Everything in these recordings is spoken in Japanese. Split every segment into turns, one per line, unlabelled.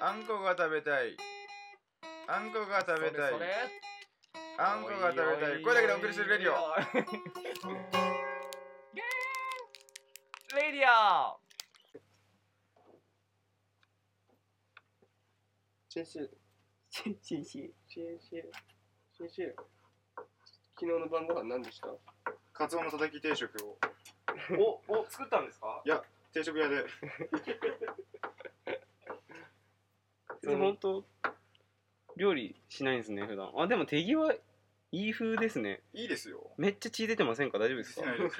あんこが食べたい。あんこが食べたい
そ。れ
あんこが食べたい。これだけでお送りするレディオ。
オレディオ
先生、先生、先生、先生、昨日の晩ご飯何でした
カツオのたたき定食を。
お、お、作ったんですか
定食屋で。
うん
本当料理しないんですね普段あでも手際いい風ですね
いいですよ。
めっちゃ血出てませんか大丈夫です
し
か
ないです。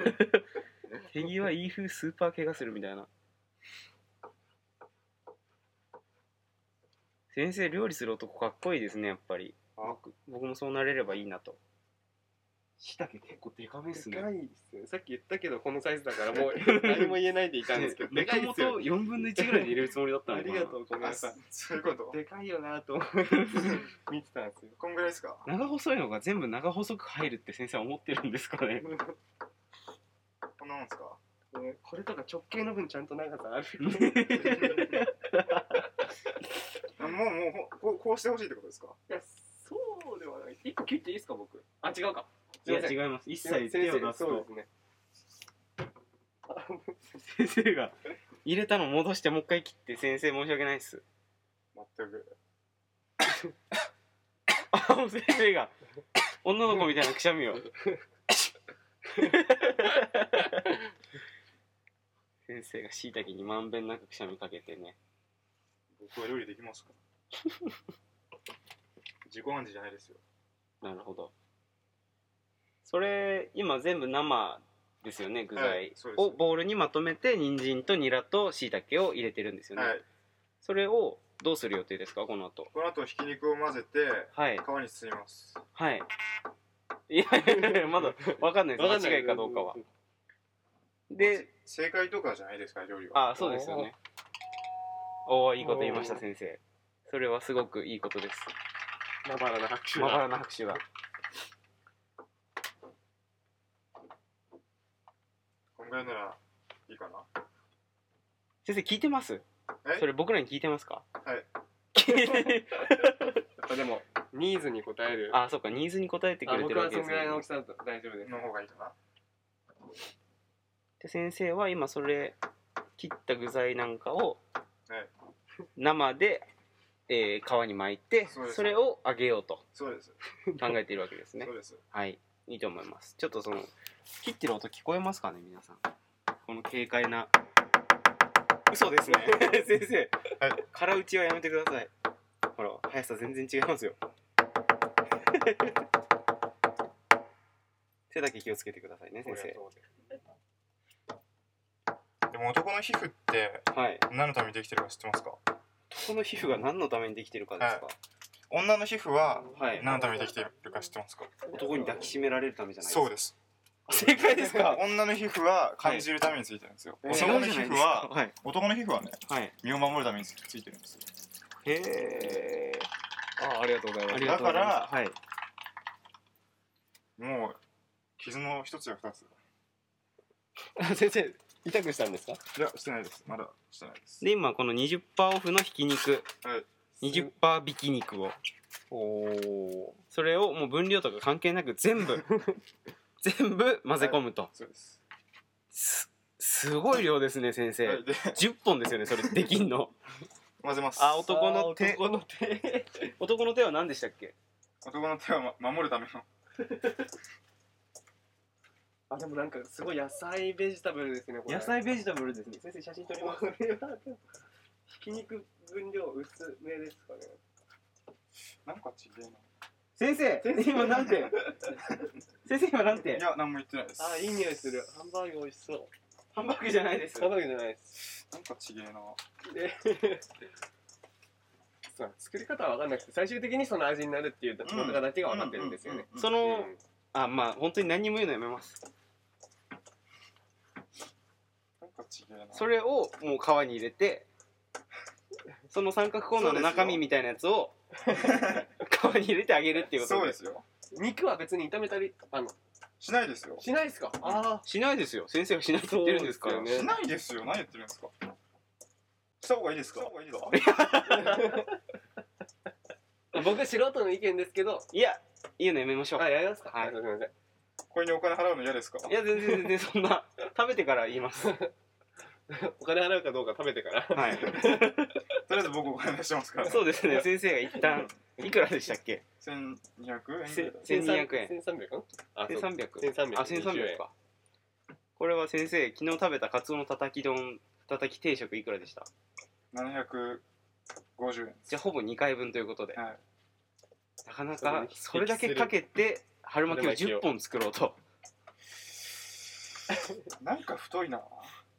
手際いい風スーパー怪我するみたいな先生料理する男かっこいいですねやっぱり僕僕もそうなれればいいなとしいたけ結構でかめっす
で
ね
かいですよね。さっき言ったけど、このサイズだからもう何も言えないでいたんですけど、で
も
か
と
いで
も
す
と
よ。
4分の1ぐらいで入れるつもりだった
あ
のか
り
な
がとう、ごめん
あ
なさい。
そういうこと。
でかいよなと思って見てたんですよ。
こんぐらいですか
長細いのが全部長細く入るって先生は思ってるんですかね
こんなもんですか
ねこれとか直径の分ちゃんと長さある。
あもう、もうほこう、こうしてほしいってことですか
いや、そうではない。一個切っていいですか、僕。あ、違うか。
いや違います一切手を出す
そう
と
ですね。
先生が入れたの戻してもう一回切って先生申し訳ない っす
全く。
あ先生が女の子みたいなくしゃみを先生がしいたけにまんべんなくくしゃみかけてね
僕は料理できますから。自己暗示じゃないですよ。
なるほどそれ今全部生ですよね具
は
材
いそうです
をボウルにまとめて人参とニラとしいたけを入れてるんですよね、
はい。
それをどうする予定ですかこの後
この後、ひき肉を混ぜて、
はい
皮に包みます。
はいいやいやいやまだわかんないです間違いかどうかはで
正解とかじゃないですから、料理は。
あそうですよねおおいいこと言いました
おー
先生それはすごくいいことです
まばらな拍手
まば
が。
らな拍手が
こんぐらいなら、いいかな
先生聞いてます
え
それ僕らに聞いてますか
はい
やっぱでも、ニーズに応える。
あそうかニーズに応えてく
あ
れて
僕
るわ
は
け
そん
です
ぐらいの
ね
大きさだと大丈夫です。
の方がいいかな
で先生は今それ切った具材なんかを
はい
生で、えー皮に巻いて
そうです
それを揚げようと
そうです。
考えているわけですね
そうです。
はい、いいと思います。ちょっとその切ってる音聞こえますかね、皆さん。この軽快な。嘘 ですね、先生。
はい
空打ちはやめてください。ほら、速さ全然違いますよ。 手だけ気をつけてくださいね、先生。
でも男の皮膚って
はい。
何のためにできてるか知ってますか
この皮膚が何のためにできてるかですか。
女の皮膚は
はい。
何のためにできてるか知ってますか
男に抱きしめられるためじゃない
そう
で
です。
すか。正解です か。
女の皮膚は感じるためについてるんですよ。
違うじゃ
男の
ない
皮
ですか
膚は、
はい。
男の皮膚はね、
はい。
身を守るためについてるんですよ。
へえ。
あ、ありがとうござい
あ
ます。
りがとうございます。はい。
もう、傷の一つや二つ。
先生、痛くしたんですか
いや、してないです。まだしてないです。
で今この20%オフのひき肉、
はい
20%引き肉をそれをもう分量とか関係なく全 部全部混ぜ込むと、
そうです。
すすごい量ですね先生、
はい、で、
10本ですよねそれでき んの
混ぜます。
あ男の手
この手。
男の手は何でしたっけ
男の手を、ま、守るための。
あ、でもなんかすごい野菜ベジタブルですね、これ。
野菜ベジタブルですね。
先生写真撮ります。これはでもひき肉分量薄めですかね。
なんか違えな。
先生、今なんて。先生、今なんて
い。や、何も言ってないです。
あ、いい匂いする。ハンバーグ美味しそう。
ハンバーグじゃないです
ハ。ンバーグじゃないです。
なんか違えな。
でそう作り方は分かんなくて、最終的にその味になるっていうのがだけが分かってるんですよね。
そ
うん
の、あまあ本当に何も言うのやめます
なんか違えな。
それをもう皮に入れてその三角コーナーの中身みたいなやつを皮に入れてあげるっていうこと
そうですよ。
肉は別に炒めたり、あの、
しないですよ。
しないですかああ、
しないですよ先生がしないって言ってるんですから
そうですよね
しないですよ。何言ってるんですか。した方がいいですかいいですか
僕素人の意見ですけど
いや、いいのやめましょう。
あやりますか
は
あ
い
すみません
これにお金払うの嫌ですか
いや、全然全然そんな、食べてから言います。はい。
お金払うかどうか食べてから
とりあえず僕お金出してますから
そうですね、先生が一旦、いくらでしたっけ
1200円ぐらい
せ
だ
1200円。
1300円あそう
1300?
1300
あ、1300か。これは先生、昨日食べたカツオのたたき丼、たたき定食いくらでした
750円
じゃあ、ほぼ2回分ということで。
はい
なかなか、それだけかけて、春巻きを10本作ろうと。
なんか太いな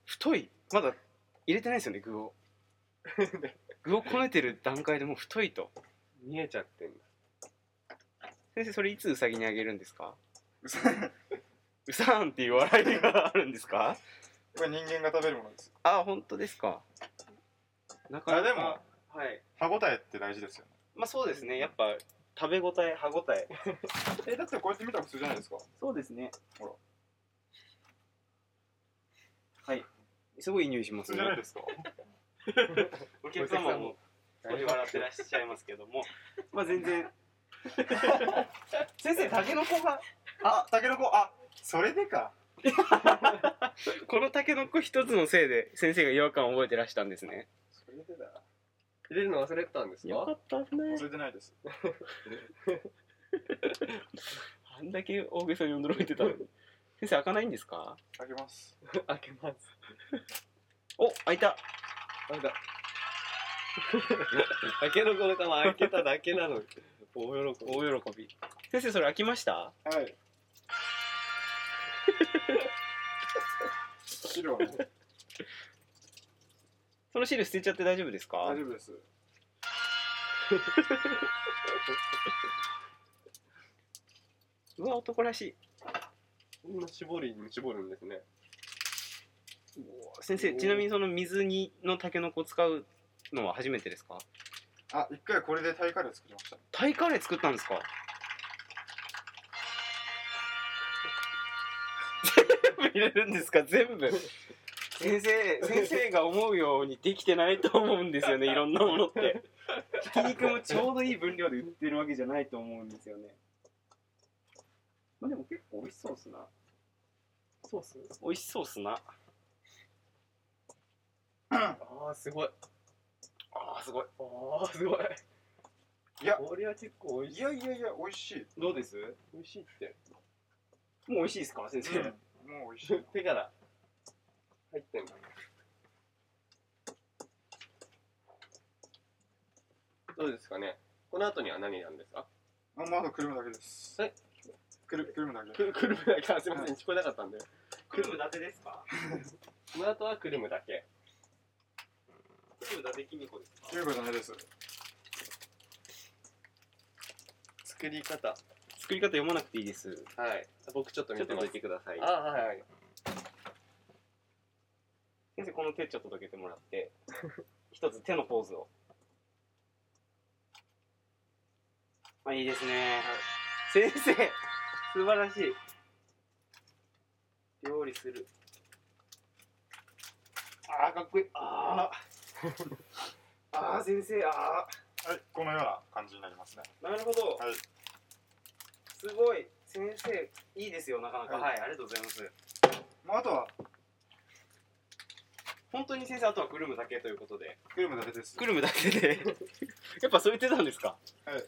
太いまだ入れてないですよね、具を。 具をこねてる段階でもう太いと。
見えちゃってん
先生、それいつウサギにあげるんですか
うさこ
うさーんっていう笑いがあるんですか
れ人間が食べるものです
あ本当ですかなかなか
あでも
はい
歯応えって大事ですよね
まあそうですねやっぱ食べ応え歯応え
えだってこうやって見たら普通じゃないですか
そうですね。
すごいいい匂いしま
普
す
通
ね
じゃないですか
お客様も
だ
少し笑ってらっしゃいますけども まあ全然 先生タケノコが
あタケノコあそれでか
このタケノコ一つのせいで先生が違和感を覚えてらしたんですね
それでだ入れるの忘れてたんですか
ったね
それでないです
あんだけ大げさに驚いてたのに先生開かないんですか
あげます
開けます
お開いた
なんか開けのこのか開けただけなのに大喜び
大喜び先生それ開きました
はい白はもう
その汁捨てちゃって大丈夫ですか
大丈夫です
うわ男らしい
こんな絞りに絞るんですね
先生
おー
ちなみにその水煮のタケノコ使うのは初めてですか
あ一回これでタイカレー作りました
タイカレー作ったんですか全部入れるんですか全部先生先生が思うようにできてないと思うんですよね いろんなものって
ひき肉もちょうどいい分量で売ってるわけじゃないと思うんですよね。まあでも結構美味しそうっすな。
ソース
美味しそうっすな
ああすごい
あーすごい
ああすごい
いや
これは結構美味
い
しい
やいやいや美味しい、
どうです
美味しいって
もう美味しいですか先生。
もう美味しい
手から入ってんだどうですかねこの後には何なんですか
あまだくるむだけです
え
くるくるむだけ
くくるむだけあすいません聞こえなかったんで
クルムだてですか
この後はくるむだけ
クルムだてきみこですか
いうことじゃないです
作り方
作り方読まなくていいです
はい僕ちょっと
ちょ
見
ってと
ま
ど
す
いてください
ああはいはい
先生この手ちょっとどけてもらって 一つ手のポーズをあいいですね、先生素晴らしい料理するあーかっこいいあ ーあー先生あ
はいこのような感じになりますね
ーなるほど、
はい
すごい先生いいですよなかなか
はい
はい、ありがとうございます
まああとは
本当に先生あとはくるむだけということで
クルムだけです
クルムだけで やっぱそう言ってたんですか
はい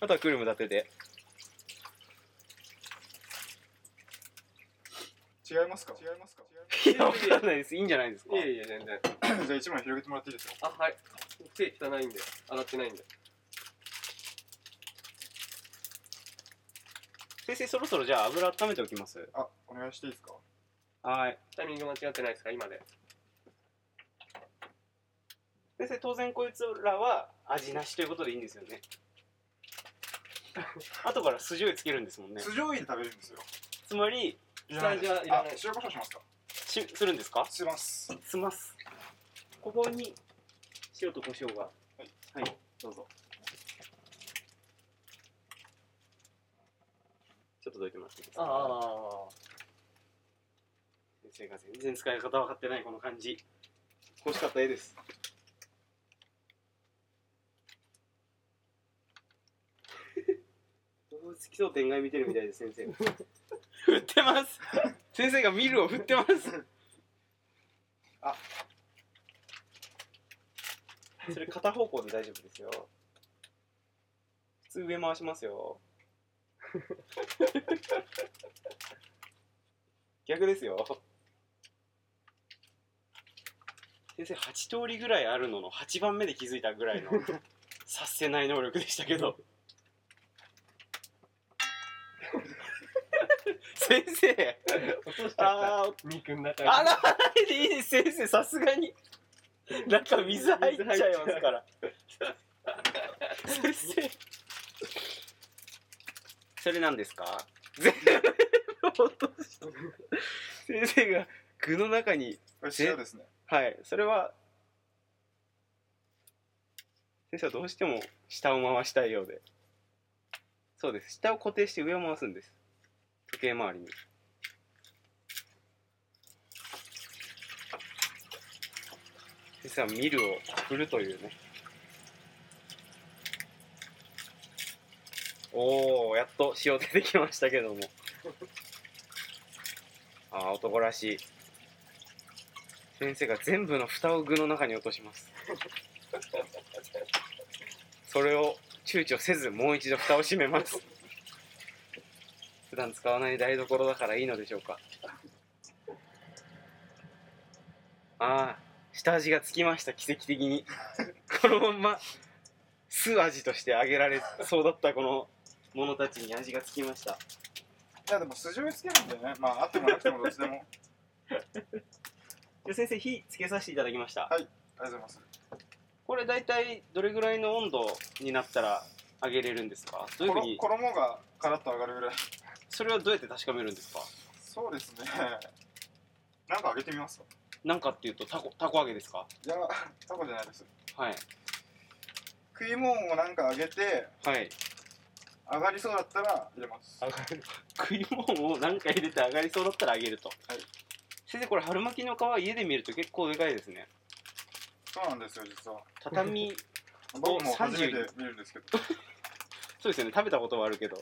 あとはクルムだけで
違いますか違いますか
いやわかんないですいいんじゃないですか
いえいえ全然
じゃあ一枚広げてもらっていいですか
あはい手汚いんで洗ってないんで
先生そろそろじゃあ油温めておきます
あお願いしていいですか
はい
タイミング間違ってないですか今で
先生当然こいつらは味なしということでいいんですよね後から酢醤油つけるんですもんね
酢醤油で食べるんですよ
つまり
いらないです
下味はいらな
あ
い
塩コショウしますか
しするんですか
します
すますここに塩と胡椒が
はい、
はい、どうぞちょっとどいてもらっていいですか
あ
先生が全然使い方分かってないこの感じ欲しかった絵ですず奇想天外見てるみたいです先生が 振って ます先生がミルを振ってますあそれ片方向で大丈夫ですよ普通上回しますよ 逆ですよ先生8通りぐらいあるのの8番目で気づいたぐらいの察せない能力でしたけど先生
落としちゃっ
あー
た。 肉の中に。
洗わないでいいです先生さすがに中水入っちゃいますから先生それなんですか全部 落とした先生が具の中に
これ塩ですね。
はいそれは先生はどうしても下を回したいようでそうです下を固定して上を回すんです時計回りに先生はミルを振るというねおおやっと塩出てきましたけどもああ男らしい先生が全部の蓋を具の中に落としますそれを躊躇せずもう一度蓋を閉めます普段使わない台所だからいいのでしょうかああ下味がつきました奇跡的にこのまんま酢味として揚げられそうだったこのものたちに味がつきました
いやでも酢醤油つけるんだよね。まああってもなくてもどっちでも。
で先生火つけさせていただきました
ありがとうございます。
これ大体どれぐらいの温度になったら揚げれるんですかどういうふうに
ころ衣がカラッと上がるぐらい。
それはどうやって確かめるんですか
そうですね。 なんか揚げてみますか
なんかっていうとタコタコ揚げですか
いや、タコじゃないです。
はい
食い物をなんか揚げて、
はい
上がりそうだったら入れます。
食い物を何か入れて揚がりそうだったら揚げると、
はい
先生これ春巻きの皮家で見ると結構でかいです ね
そうなんですよ、実は。
畳
僕も初め
30
て見るんですけど、
そうですよね食べたことはあるけど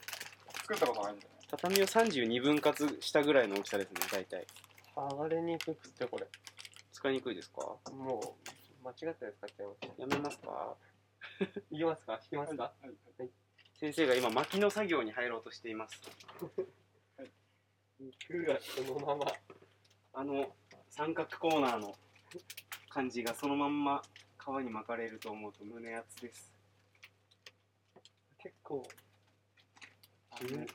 作ったことないんで。
畳を32分割したぐらいの大きさですね大体
剥がれにくくってこれ。
使いにくいですか
もう間違ったやつ買っちゃいます。
やめますか
いきますか。引きますか。
はい
先生が今巻きの作業に入ろうとしています
肉がそのまま。
あの三角コーナーの感じがそのまんま皮に巻かれると思うと胸熱です
結構
あの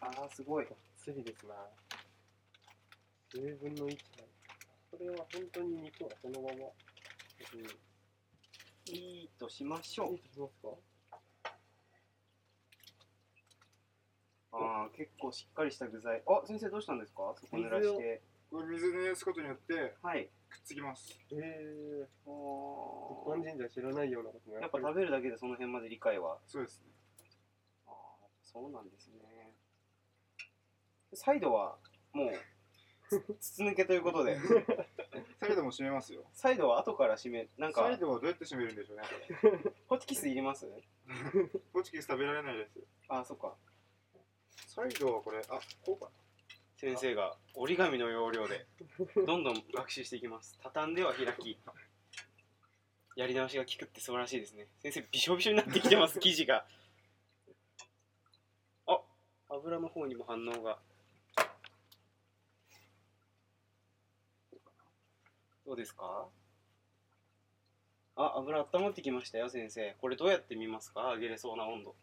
あーすごい
つりですな。10分の1なんこれは本当に肉はそのまま。うん。
いいとしましょ
いういとしますか
あー結構しっかりした具材あ先生どうしたんですかそこ濡ら
水を
して
これ水にすことによってくっ
はい
つきます。
ええ日
あ
本
ー
人じゃ知らないようなことも
やっぱ食べるだけでその辺まで理解は
そうですね。
あーそうなんですねサイドはもうつ 筒抜けということで
サイドも締めますよ。
サイドは後から締めなん
サ
か
イドはどうやって締めるんでしょうね。
ホチキス入れます
ホチキス食べられないです。
あーそっか
サイドはこれ、あ、こうか
先生が折り紙の要領でどんどん学習していきます畳んでは開きやり直しが効くって素晴らしいですね先生びしょびしょになってきてます生地があ油の方にも反応がどうですかあ油温まってきましたよ先生これどうやって見ますか揚げれそうな温度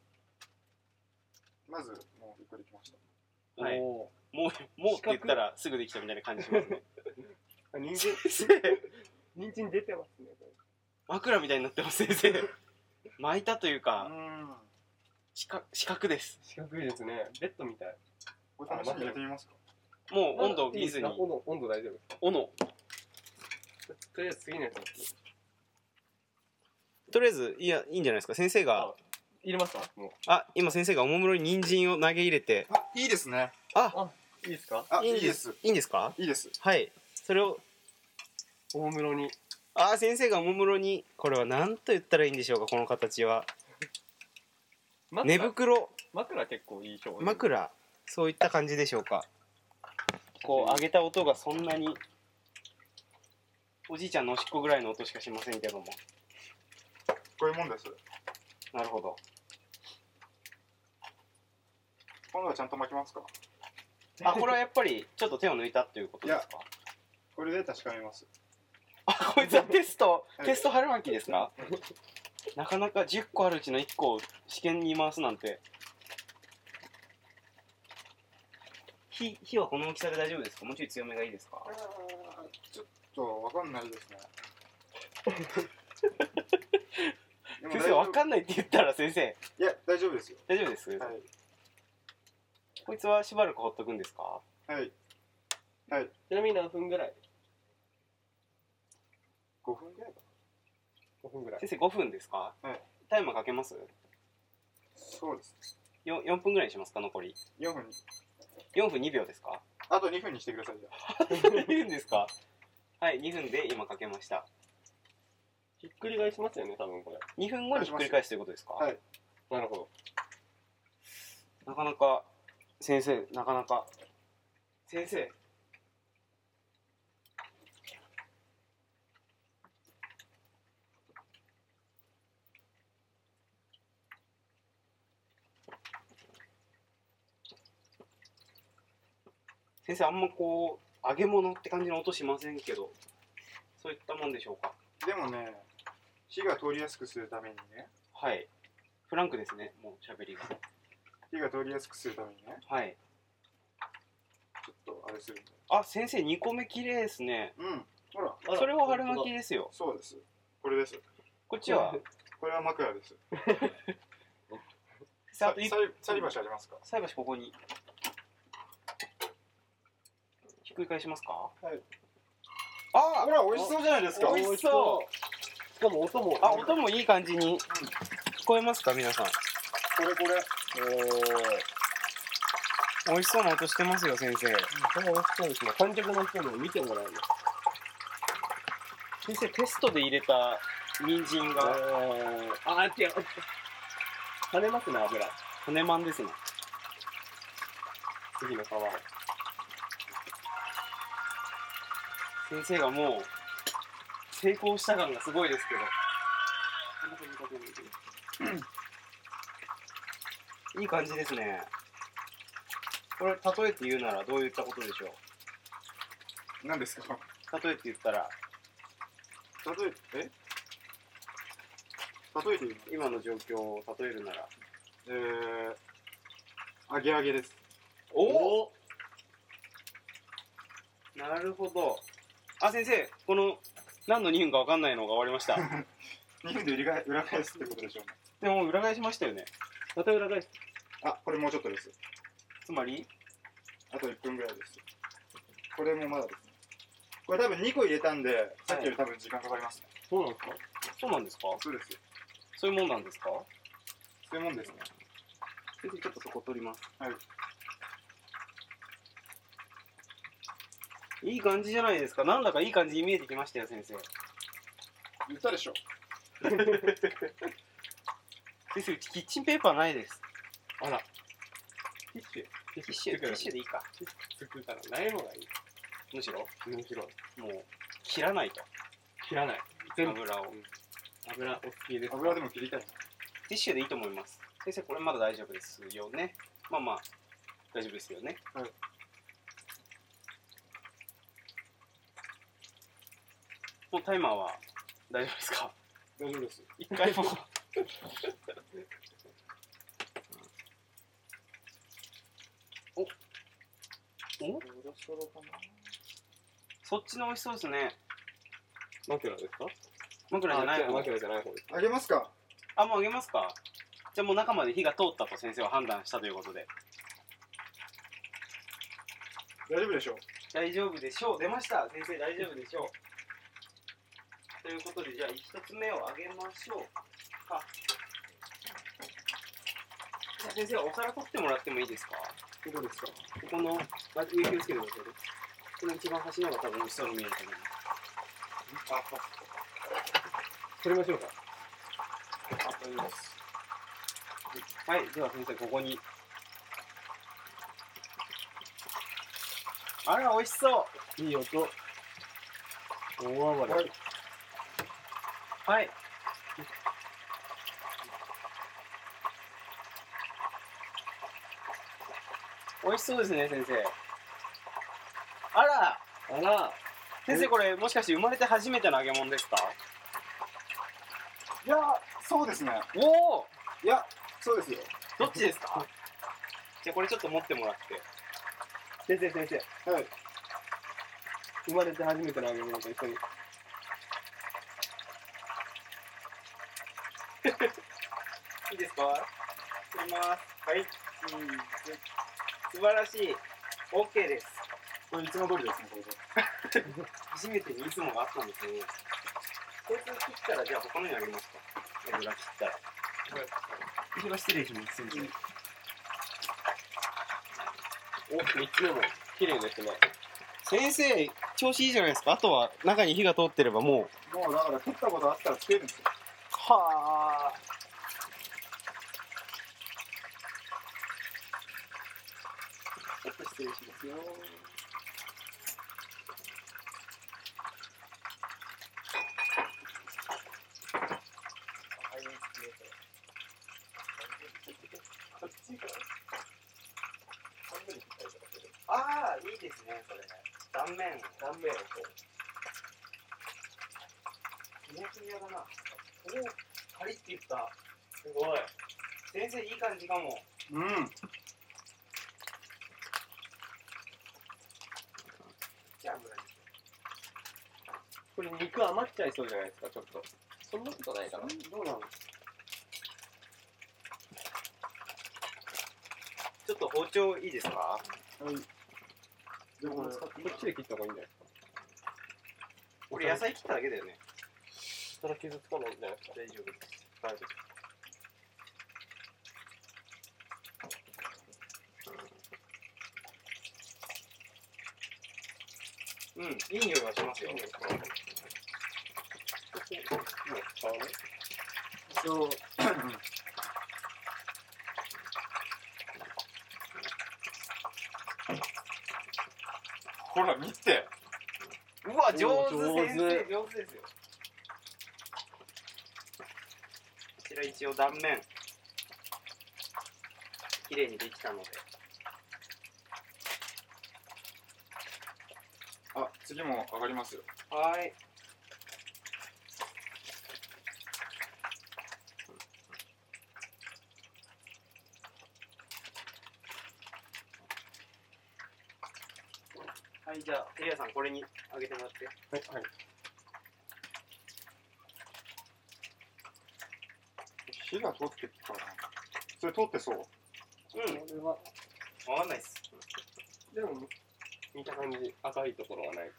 な。まず、もう一個できました。
はい
お
もうもうって言ったらすぐできたみたいな感じします ね
ーあ人参
先生
人参出てますねこれ
枕みたいになってます先生 巻いたという
う
か
ーん。
四角四角です
四角いですねベッドみたい
これ試しに入れてみますか。
もう温度を見ずに
あ温度温度大丈夫です
斧
とりあえず次のやつです
とりあえずいやいいんじゃないですか先生が
入れますかもう
あ今先生がおもむろに人参を投げ入れて
あ、いいですね。
あ
いいですか
あ、
い
い
い
い
んで
ですす。
いいんですか
いいです。
はいそれを
大室に
あ先生がおもむろにこれは何と言ったらいいんでしょうかこの形は寝
枕
袋
枕結構いい商品
枕そういった感じでしょうかこう上げた音がそんなにおじいちゃんのおしっこぐらいの音しかしませんけども
こういうもんです。
なるほど
今度はちゃんと巻きますか
あこれはやっぱりちょっと手を抜いたっていうことですか
これで確かめます。
あこいつはテスト
はい
テスト春巻きですかなかなか10個あるうちの1個を試験に回すなんて火火はこの大きさで大丈夫ですかもうちょい強めがいいですか
ちょっとわかんないです ね。でも大
先生
丈夫
わかんないって言ったら先生
いや、大丈夫ですよ。
大丈夫です、
はい。
こいつはしばらくほっとくんですか
はい。
ちなみに何分ぐらい
5分ぐらいか。
?5 分ぐらい。
先生5分ですか、
はい
タイマーかけます
そうです。
よ ?4 分ぐらいにしますか残り
4分に。
4分2秒です か
あと2分にしてくださいじゃあ。
2分ですかはい2分で今かけました
ひっくり返しますよね、多分これ。
2分後にひっくり返すということですか、
はい
なるほど。
なかなか先生なかなか
先生
先生あんまこう揚げ物って感じの音しませんけどそういったもんでしょうか
でもね、火が通りやすくするためにね、
はいフランクですねもう喋りが
火が通りやすくするためにね、
はい
ちょっとあれするんだよ。
あ先生2個目綺麗ですね
うん。ほら、
あら
それは春巻きですよ
そうです。これです。
こっちは
これは枕です。
さ
さ
あと一
ささり箸ありますか
菜箸ここにひっくり返しますか
はい
あ
ほら、美味しそうじゃないですか。
お
はいい。
美味し
う。しかも音も。
あ音もいい感じに聞こえますか皆さん
これこれ。
おー。
美味しそうな音してますよ先生
これ美味しそうですね。観客の人も見てもらえる。
先生テストで入れた人参が
あー、あ違う。跳ねますね、油。
骨まんですね
次の皮。
先生がもう成功した感がすごいですけどいい感じですねこれ例えて言うならどういったことでしょう
何ですか
例えて言ったら
例え、え例えて言うの
今の状況を例えるなら
えー、揚げ揚げです。
おおなるほどあ先生この何の2分か分かんないのが終わりました
2分で裏返裏返すってことでしょうね。
でも裏返しましたよね
また裏返し
あ、これもうちょっとです。
つまり
あと1分ぐらいです。これもまだですね。これ多分2個入れたんで、さっきより多分時間かかりますね。
そうなんですか
そうなんですか
そうですよ。
そういうもんなんですか
そういうもんですね。
先生ちょっとそこ取ります
はい
いい感じじゃないですかなんだかいい感じに見えてきましたよ先生
言ったでしょ。
先生うちキッチンペーパーないです
あら、
ティッシュティッシュティッシュでいいか
作ったらないのがいい。
むしろ
面白い。
もう切らないと
切らない。全部
油を
油お好きですか。
油でも切りたいな。
ティッシュでいいと思います。先生、これまだ大丈夫ですよね。まあまあ、大丈夫ですよね。
はい
もうタイマーは大丈夫ですか
大丈夫です。
一回 も。おおそっちの美味しそうですね。
枕ですか
枕じゃない
あ違う
方。
枕じゃない方です。
揚げますか
あ、もうあげますか。じゃあもう中まで火が通ったと先生は判断したということで。
大丈夫でしょう。
大丈夫でしょう出ました先生大丈夫でしょうということでじゃあ一つ目をあげましょうかじゃあ先生お皿取ってもらってもいいですか
どこですか
ここのあ上気をつけてくださいねこの一番端の方が多分美味しそうに見えると思います
取りましょうか。
あ、大丈夫です。
はい、では先生、ここに。あら、美味しそう。
いい音。大暴れ。
はい
はい。美味しそうですね、先生。あら、
あら、
先生、これ、もしかして生まれて初めての揚げ物ですか。
いや、そうですね。
おお、
いや、そうですよ。
どっちですか。じゃ、これちょっと持ってもらって。
先生先生。
はい。
生まれて初めての揚げ物と 一緒に。
いいですか取ります。はい。チーズ。素晴らしい。OK です。
これいつも通りですね、これで。
初めてにいつもがあったんですね。こいつ切ったら、じゃあ、他のにあげますか。これが切ったら。これは失礼します。先生。お、三つ目も綺麗ですね。先生、調子いいじゃないですか。あとは中に火が通ってればもう。
もうだから、食ったことあったらつけるんですよ。
はあ。
ちょっと失礼しますよ。
ああ、いいですね、それ。断面、断面をこう。ニヤニヤだな。おお、カリッていった。すごい。先生、いい感じかも。
うん。
じゃあ、村に。
これ肉余っちゃいそうじゃないですか、ちょっと。
そんなことないかな。
どうなの
ちょっと包丁いいですか
でもこれ、
こっちで切った方がいいんじゃないですか。
俺、野菜切っただけだよね。
それ傷つかないんじゃないですか。
大丈夫です。大丈夫です。うん、いい匂いがしますよ。
そう。ほら、見て。
うわ、上手
おー上手
先生、上手ですよ。こちら一応断面、綺麗にできたので。
あ、次も上がりますよ。
はーい。はい、じゃあ、エリアさん、これにあげてもらって。
はい、はい。
火が通ってきたな。それ通ってそう。
うん、
これは、
わかんないっす。
でも、見た感じ、赤いところはない。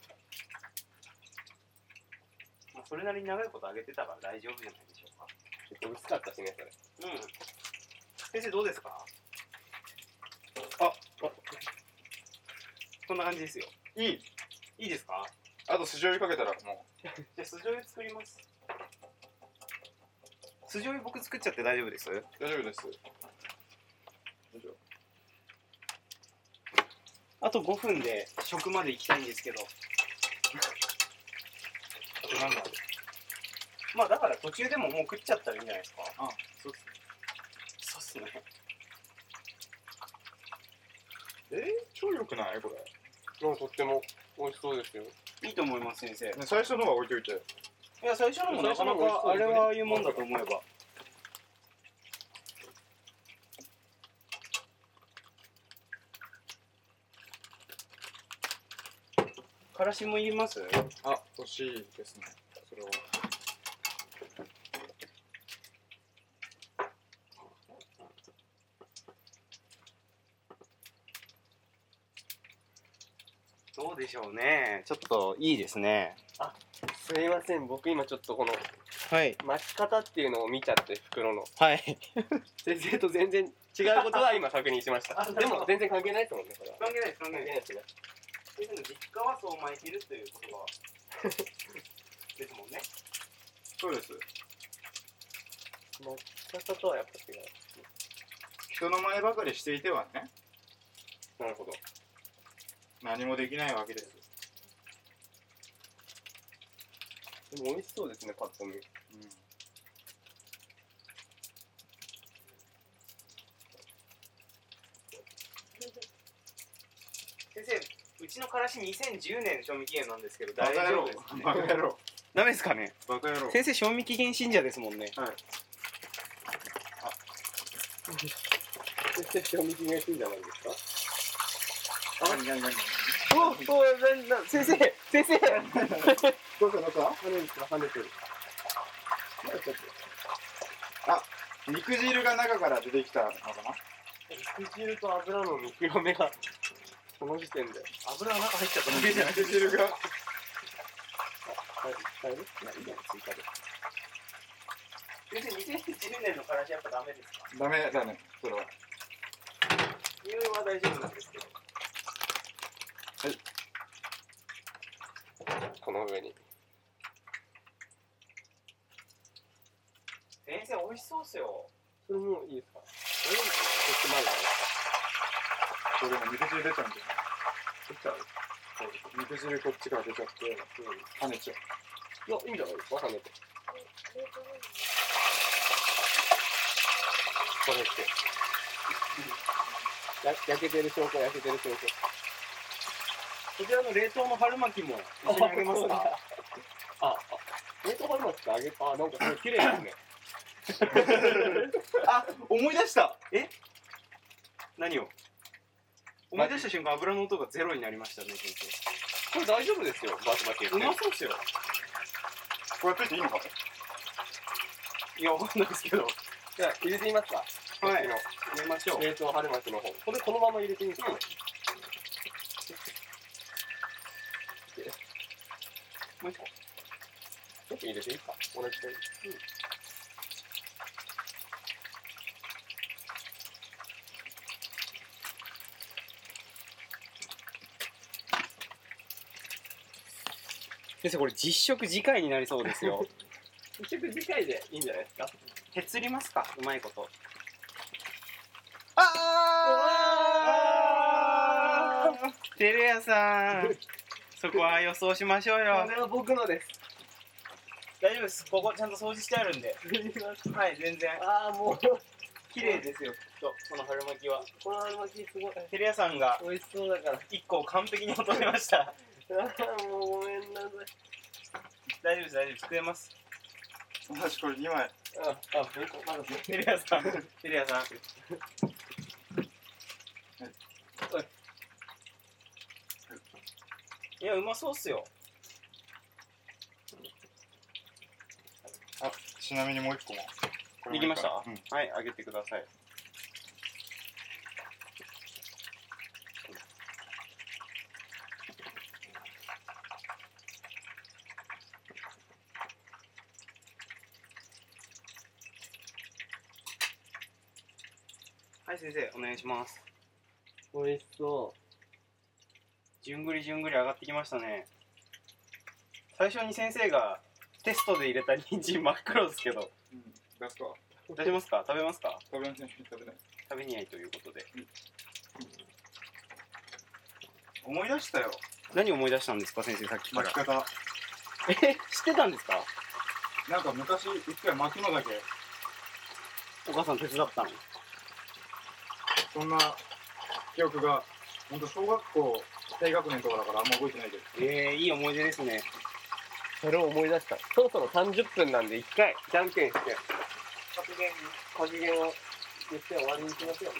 まあ、それなりに長いことあげてたから大丈夫じゃないでしょうか。
ちょっと薄かったしね、それ。
うん。先生、どうですか
あ
こんな感じですよ。
いい。
いいですか
あと、酢醤油かけたら、も
じゃあ、酢醤油作ります。酢醤油僕作っちゃって大丈夫です
う大丈夫です。
あと5分で食まで行きたいんですけど。
なんだ
まあだから途中でももう食っちゃったらいいんじゃないですか。
あ、そうっす
そうっすね。
えー、超良くないこれ。
もうとっても美味しそうですよ。
いいと思います先生。
ね最初のは置いといて。
いや最初のもなかなかあれはああいうもんだと思えば。からしもいります
あ、欲しいですね。それは。
どうでしょうね。ちょっといいですね。
すいません、僕今ちょっとこの
はい。
巻き方っていうのを見ちゃって、袋の。
はい。
先生と全然違うことは今確認しま し
あ
た。
な
で
るほ
も
ど
全然関係ないと思うんね、これは。
関係ないです、関係
関係
ないで
ないですね。
す。先生の実家はそう巻いてるということ が。ですもんね。
そうです。
巻き方とはやっぱ違う。
人の前ばかりしていてはね
なるほど。
何もできないわけです
でも美味しそうですね、パッと見。
先生、うちのからし2010年賞味期限なんですけど、
バ
大
カ野
丈夫で
郎
すかね
バカ野郎
ダメですかね
バカ野郎
先生賞味期限信者ですもんね
そして賞味期限信者なんですか
何何何
おおなな先生
どう
先生
したどうした
跳ねてる、跳ねてる。まだちょっ
肉汁が中から出てきたのか
と。肉汁と油の見極めが、この時点で。
油が中入っちゃった
な
だけじゃない
肉汁が
はい、使えるいや、いいや、追加で。
先生、2010年のからしやっぱダメですか
ダメだねそれは
匂いは大丈夫なんですけど。
この上に。
先生、美味しそうっすよ。
それもいいですかそれも、
そ
そして前が。
れも肉汁出ちゃうんだよ
そっちは、
肉汁こっちから出ちゃって跳ねちゃう
いや、いいんじゃないですか、跳ねて。これって。や焼けてる証拠、焼けてる証拠。
こちらの冷凍の春巻きも一緒にあげますか
あ、あ冷凍ハルマってあげ、あ、なんかすごい綺麗ですね。
あ思い出したえ何を思い出した瞬間油の音がゼロになりましたね先
これ大丈夫ですよ、バチバチ言っ
生う
て
まそうっすよ
こうやってていいのか
いやわかんないですけどは
じゃあ、入れてみますか。
い入れましょ
こっちの冷凍春巻きの方。これこのまま入れてみてください。
うもう一
ち
個
ょっと入れていいですか同じ点。
先生これ実食次回になりそうですよ
一応次回でいいんじゃないですか
へつりますかうまいこと
あ
あテレ屋さんそこは予想しましょうよ
これは僕のです。
大丈夫です。ここちゃんと掃除してあるんで。はい、全然。
ああ、もう、
綺麗ですよ、きっと。この春巻きは。
この春巻きすごい。
テレ屋さんが
美味しそうだから。
1個を完璧にまとめました。
ああ、もうごめんなさい。
大丈夫です、大丈夫です。食えます。
私これ2枚
あ、あ、まだ
テレ屋さん、テレ屋さん。いや、うまそうっすよ。
ちなみにもう1個もこれもいいかなうん
はいあげてくださいはい先生お願いします
美味しそ
じゅんぐりじゅんぐり上がってきましたね最初に先生がテストで入れた人参真っ黒ですけど
うん出すか
出しますか食べますか
食べません食べない
食べにゃいということで
思い出したよ
何を思い出したんですか先生さっき
巻
から
き方
え知ってたんですか
なんか昔一回巻くのだけ
お母さん手伝ったの
そんな記憶が本当小学校低学年とかだからあんま覚えてないけど
ええいい思い出ですね
う。それを思い出した。そろそろ30分なんで一回、じゃんけんして、
格言
格言を言って終わりにしましょう。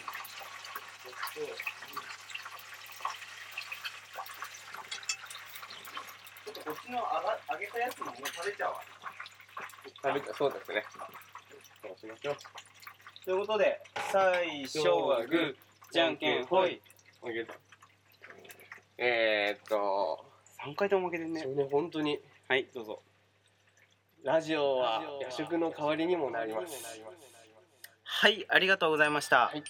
ちょっとこっちのあが揚げたやつももう食べちゃうわ。
食べた、そうですね。そうしましょう。
ということで最初はグーじゃんけんほい
あげた。えー、っと、
3回とも負けてん
そ
ね
うね、本当に、
はいどうぞ
ラジオは夜食の代わりにもなります。
はいありがとうございました、
はい